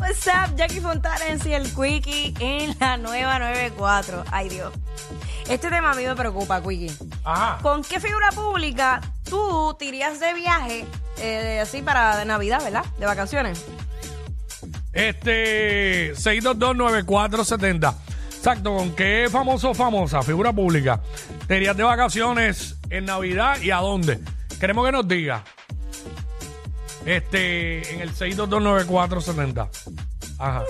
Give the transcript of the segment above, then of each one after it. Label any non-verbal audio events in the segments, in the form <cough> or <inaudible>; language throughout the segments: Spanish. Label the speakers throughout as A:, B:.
A: WhatsApp, Jackie Fontanes y el Quickie en la nueva 94. Ay, Dios. Este tema a mí me preocupa, Quickie.
B: Ajá.
A: ¿Con qué figura pública tú te irías de viaje eh, así para de Navidad, ¿verdad? De vacaciones.
B: Este, 6229470. Exacto, ¿con qué famoso o famosa, figura pública, te irías de vacaciones en Navidad y a dónde? Queremos que nos diga. Este, en el 6229470. Ajá.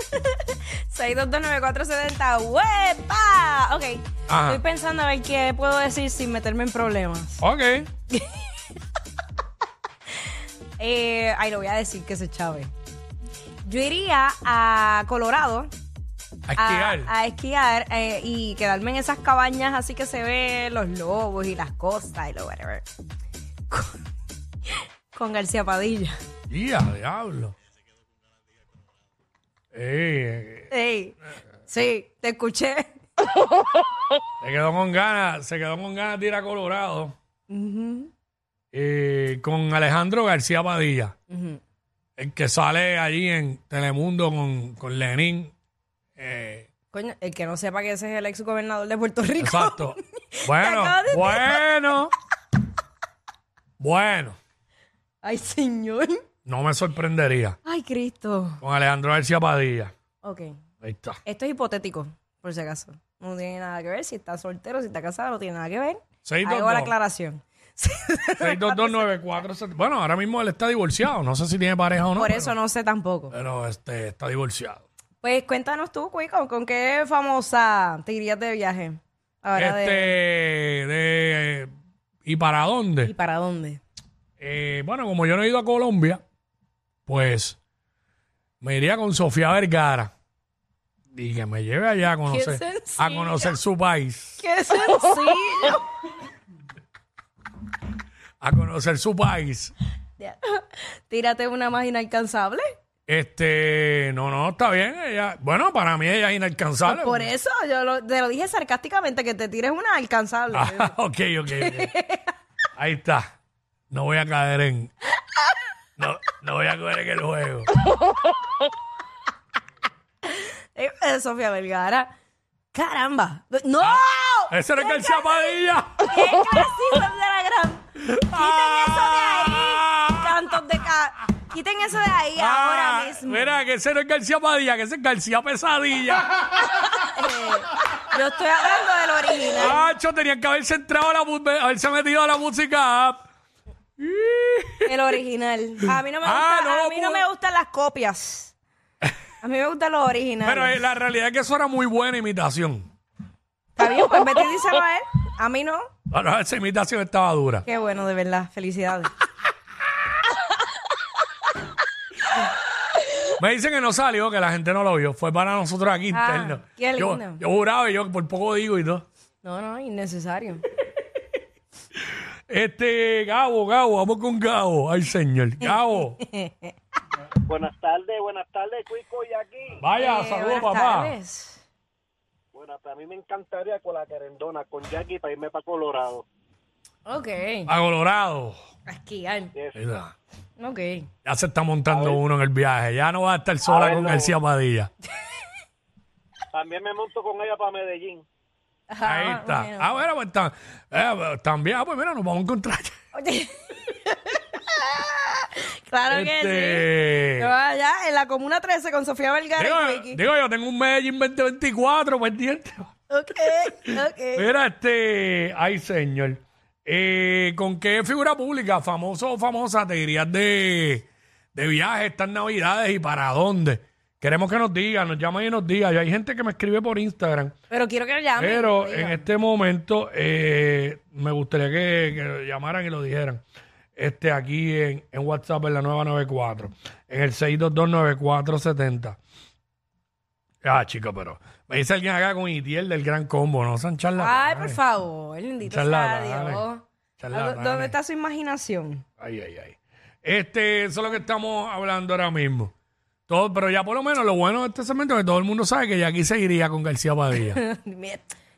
A: 6229470. ¡Huepa! Ok.
B: Ajá.
A: Estoy pensando a ver qué puedo decir sin meterme en problemas.
B: Ok.
A: Eh, ay, lo voy a decir que se chave. Yo iría a Colorado
B: A
A: a,
B: esquiar.
A: a esquiar eh, y quedarme en esas cabañas así que se ven los lobos y las costas y lo whatever. <laughs> Con, con García Padilla.
B: Ya, diablo. Eh,
A: Ey, sí, te escuché.
B: se quedó con ganas, se quedó con ganas de ir a Colorado.
A: Ujú,
B: eh, con Alejandro García Padilla,
A: ujú.
B: el que sale allí en Telemundo con, con Lenín. eh,
A: Coño, el que no sepa que ese es el ex gobernador de Puerto Rico.
B: exacto. Bueno,
A: acabo de-
B: bueno. Bueno,
A: <laughs> Ay, señor.
B: no me sorprendería
A: Ay, Cristo.
B: con Alejandro García Padilla.
A: Ok.
B: Ahí está.
A: Esto es hipotético, por si acaso. No tiene nada que ver. Si está soltero, si está casado, no tiene nada que ver. Hago la
B: 622
A: aclaración. <laughs>
B: 6229470. Bueno, ahora mismo él está divorciado. No sé si tiene pareja o no.
A: Por
B: pero-
A: eso no sé tampoco.
B: Pero este, está divorciado.
A: Pues cuéntanos tú, Cuico, ¿con qué famosa te irías de viaje? Ahora
B: este.
A: de...
B: De, eh, ¿Y para dónde?
A: ¿Y para dónde?
B: Eh, bueno, como yo no he ido a Colombia, pues me iría con Sofía Vergara y que me lleve allá a conocer,
A: sencilla.
B: a conocer su país.
A: <laughs> ¡Qué sencillo!
B: A conocer su país.
A: Tírate una más inalcanzable.
B: Este, no, no, está bien. Ella, bueno, para mí ella es inalcanzable.
A: Por eso yo lo- te lo dije sarcásticamente, que te tires una alcanzable.
B: Ah, <laughs> ok, ok, ok. Ahí está. No voy a caer en. No, no voy a caer en el juego.
A: Eh, eh, Sofía Vergara. ¡Caramba! ¡No!
B: Ese era García Padilla.
A: ¡Qué casi fue de la gran! Cantos de ca... Quiten eso de ahí
B: Ah,
A: ahora mismo.
B: Mira, que ese no es García Padilla, que ese es García
A: <laughs>
B: Pesadilla.
A: Eh, yo estoy hablando del original.
B: Hacho, tenían que haberse entrado a la mu- haberse metido a la música app.
A: El original. A mí no me,
B: Ah,
A: gusta-
B: no,
A: a mí no
B: pu-
A: me gustan las copias. A mí me gustan los originales.
B: Pero eh, la realidad es que eso era muy buena imitación.
A: Está bien, pues vete y díselo a él. A mí no.
B: Bueno, esa imitación estaba dura.
A: Qué bueno, de verdad. Felicidades.
B: Me dicen que no salió, que la gente no lo vio. Fue para nosotros aquí
A: Ah,
B: interno.
A: qué
B: yo,
A: lindo.
B: yo juraba y yo por poco digo y todo.
A: No, no, innecesario.
B: Este, Gabo, Gabo, vamos con Gabo. Ay, señor. Gabo,
C: Buenas tardes, buenas tardes, Cuico y aquí.
A: <laughs>
B: vaya,
A: Eh,
B: saludos,
A: buenas
B: papá.
A: tardes.
C: Bueno, a mí me encantaría con la querendona, con Jackie, para irme para Colorado.
A: Ok.
B: A Colorado.
A: Aquí,
B: Mira.
A: Ok.
B: Ya se está montando uno en el viaje. Ya no va a estar sola
C: A ver,
B: con
C: no.
A: <laughs>
B: García Padilla.
C: También me monto con ella para Medellín.
A: Ajá,
B: Ahí está.
A: bueno.
B: Ah, bueno, pues está- eh, pues, también. Ah, pues mira, nos vamos a encontrar.
A: Oye. <laughs> claro que sí.
B: Este,
A: Yo allá en la Comuna 13 con Sofía Vergara y
B: digo,
A: Wiki.
B: digo, yo tengo un Medellín 2024 pendiente.
A: Ok, ok.
B: Mira, este. Ay, señor. Eh, ¿Con qué figura pública, famoso o famosa, te irías de, de viaje estas navidades y para dónde? Queremos que nos digan, nos llaman y nos digan. Y hay gente que me escribe por Instagram.
A: Pero quiero que llamen.
B: Pero
A: Oiga.
B: en este momento eh, me gustaría que, que lo llamaran y lo dijeran. Este aquí en, en WhatsApp en la nueva 94, en el 6229470. Ah, chico, pero me dice alguien acá con Itiel del Gran Combo, no sean
A: Ay,
B: charlatanes.
A: por favor, lindito sea
B: Charlatanes.
A: Dios.
B: Charlatanes.
A: ¿Dó- ¿Dónde está su imaginación? <laughs>
B: Ay, ay, ay. Este, eso es lo que estamos hablando ahora mismo. Todo, pero ya por lo menos lo bueno de este segmento es que todo el mundo sabe que ya aquí seguiría con García
A: <laughs>
B: Padilla.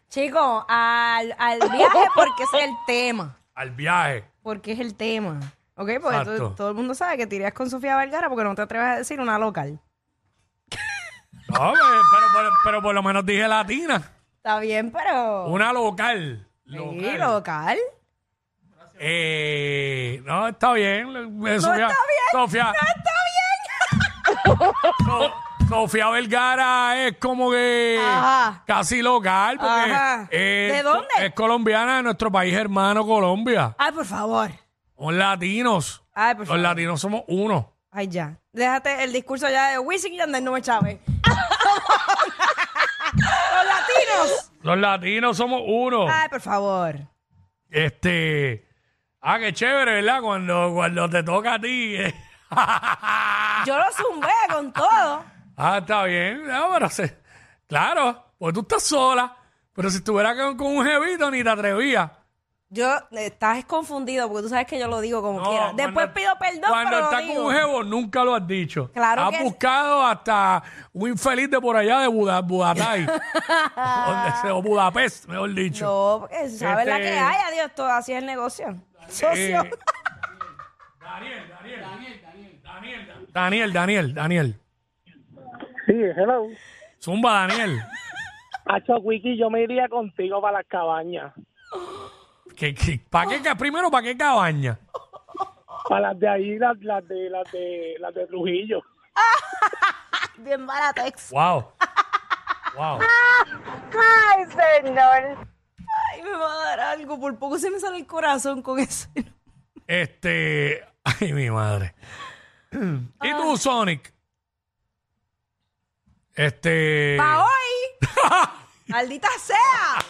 A: Chico, al, al viaje porque es el tema.
B: al viaje.
A: Porque es el tema. ¿Ok? Porque
B: Exacto.
A: tú- todo el mundo sabe que te irías con Sofía Vergara porque no te atreves a decir una local.
B: No, pues, pero, pero, pero por lo menos dije latina.
A: Está bien, pero.
B: Una local.
A: Sí,
B: Local.
A: local.
B: Eh, no, está bien. Eh,
A: No está
B: Sofía,
A: bien.
B: Sofía,
A: No está bien. <laughs>
B: So- Sofía Vergara es como que
A: Ajá.
B: casi local. Porque
A: Ajá.
B: es
A: ¿De
B: co-
A: dónde?
B: Es colombiana de nuestro país hermano, Colombia.
A: Ay, por favor.
B: Los latinos.
A: Ay, por
B: Los
A: favor.
B: latinos somos uno.
A: Ay, ya. Déjate el discurso ya de Wisin y Yandel, no me chave. <laughs> Los latinos.
B: Los latinos somos uno.
A: Ay, por favor.
B: Este. Ah, qué chévere, ¿verdad? Cuando, cuando te toca a ti. eh. <laughs>
A: Yo lo zumbé con todo.
B: Ah, está bien. No, pero se- claro, pues tú estás sola. Pero si estuviera con, con un jevito ni te atrevías.
A: Yo, estás confundido porque tú sabes que yo lo digo como
B: No,
A: quiera.
B: cuando-
A: Después pido perdón,
B: Cuando
A: pero lo
B: estás
A: digo.
B: con un jevo, nunca lo has dicho.
A: Claro
B: Has
A: que-
B: buscado hasta un infeliz de por allá de
A: <laughs>
B: Buda- Budatay. o, de- o Budapest, mejor dicho.
A: No, porque sabes la que
B: Este-
A: hay, adiós, todo así es el negocio. Socio. <laughs>
B: Eh, Daniel, Daniel, Daniel, Daniel, Daniel, Daniel, Daniel, Daniel.
C: Sí, hello.
B: Zumba, Daniel.
C: Hacho, Wiki, yo me iría contigo para las cabañas.
B: ¿Para qué, ca- primero, ¿para qué cabaña?
C: Para las de ahí, las, las de, las de, las de Trujillo.
A: Bien baratex.
B: Wow. Wow.
A: Ay, señor. Ay, me va a dar algo. Por poco se me sale el corazón con eso.
B: Este. <laughs> Ay, mi madre. ¿Y
D: Ah.
B: tú, Sonic? Este.
A: ¡Pa
B: <laughs>
A: hoy! ¡Maldita sea!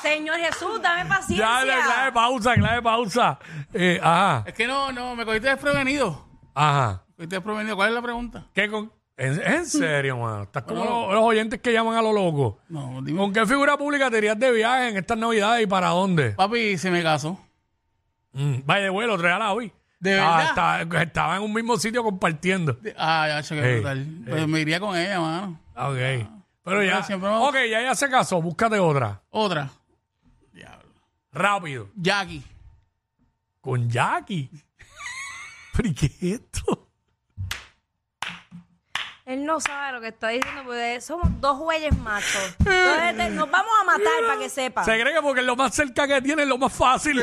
A: Señor Jesús, dame
B: Ya, ya, clave
A: paciencia.
B: pausa, clave pausa. Eh, ajá,
D: Es que no, no, me cogiste desprevenido.
B: ajá.
D: Me cogiste desprevenido. ¿Cuál es la pregunta?
B: ¿Qué con.? ¿En, en
D: <laughs>
B: serio, mano? Estás como los, los oyentes que llaman a lo loco.
D: No, dime.
B: ¿Con qué figura pública te irías de viaje en estas navidades y para dónde?
D: Papi, se me casó.
B: Mm, vaya de vuelo, la hoy.
D: ¿De
B: Ah,
D: verdad?
B: estaba, estaba en un mismo sitio compartiendo.
D: De- Ah, ya, che, qué
B: Ey,
D: brutal. Pues me iría con ella, mano.
B: Ok. Pero ya.
D: siempre me-
B: Ok, ya, ya se casó. Búscate otra.
D: Otra.
B: Rápido.
D: Jackie.
B: Con Jackie. <laughs> ¿Pero y qué es esto?
A: Él no sabe lo que está diciendo porque somos dos güeyes machos. Entonces, te- nos vamos a matar para que sepa.
B: Se cree que porque es lo más cerca que tiene es lo más fácil.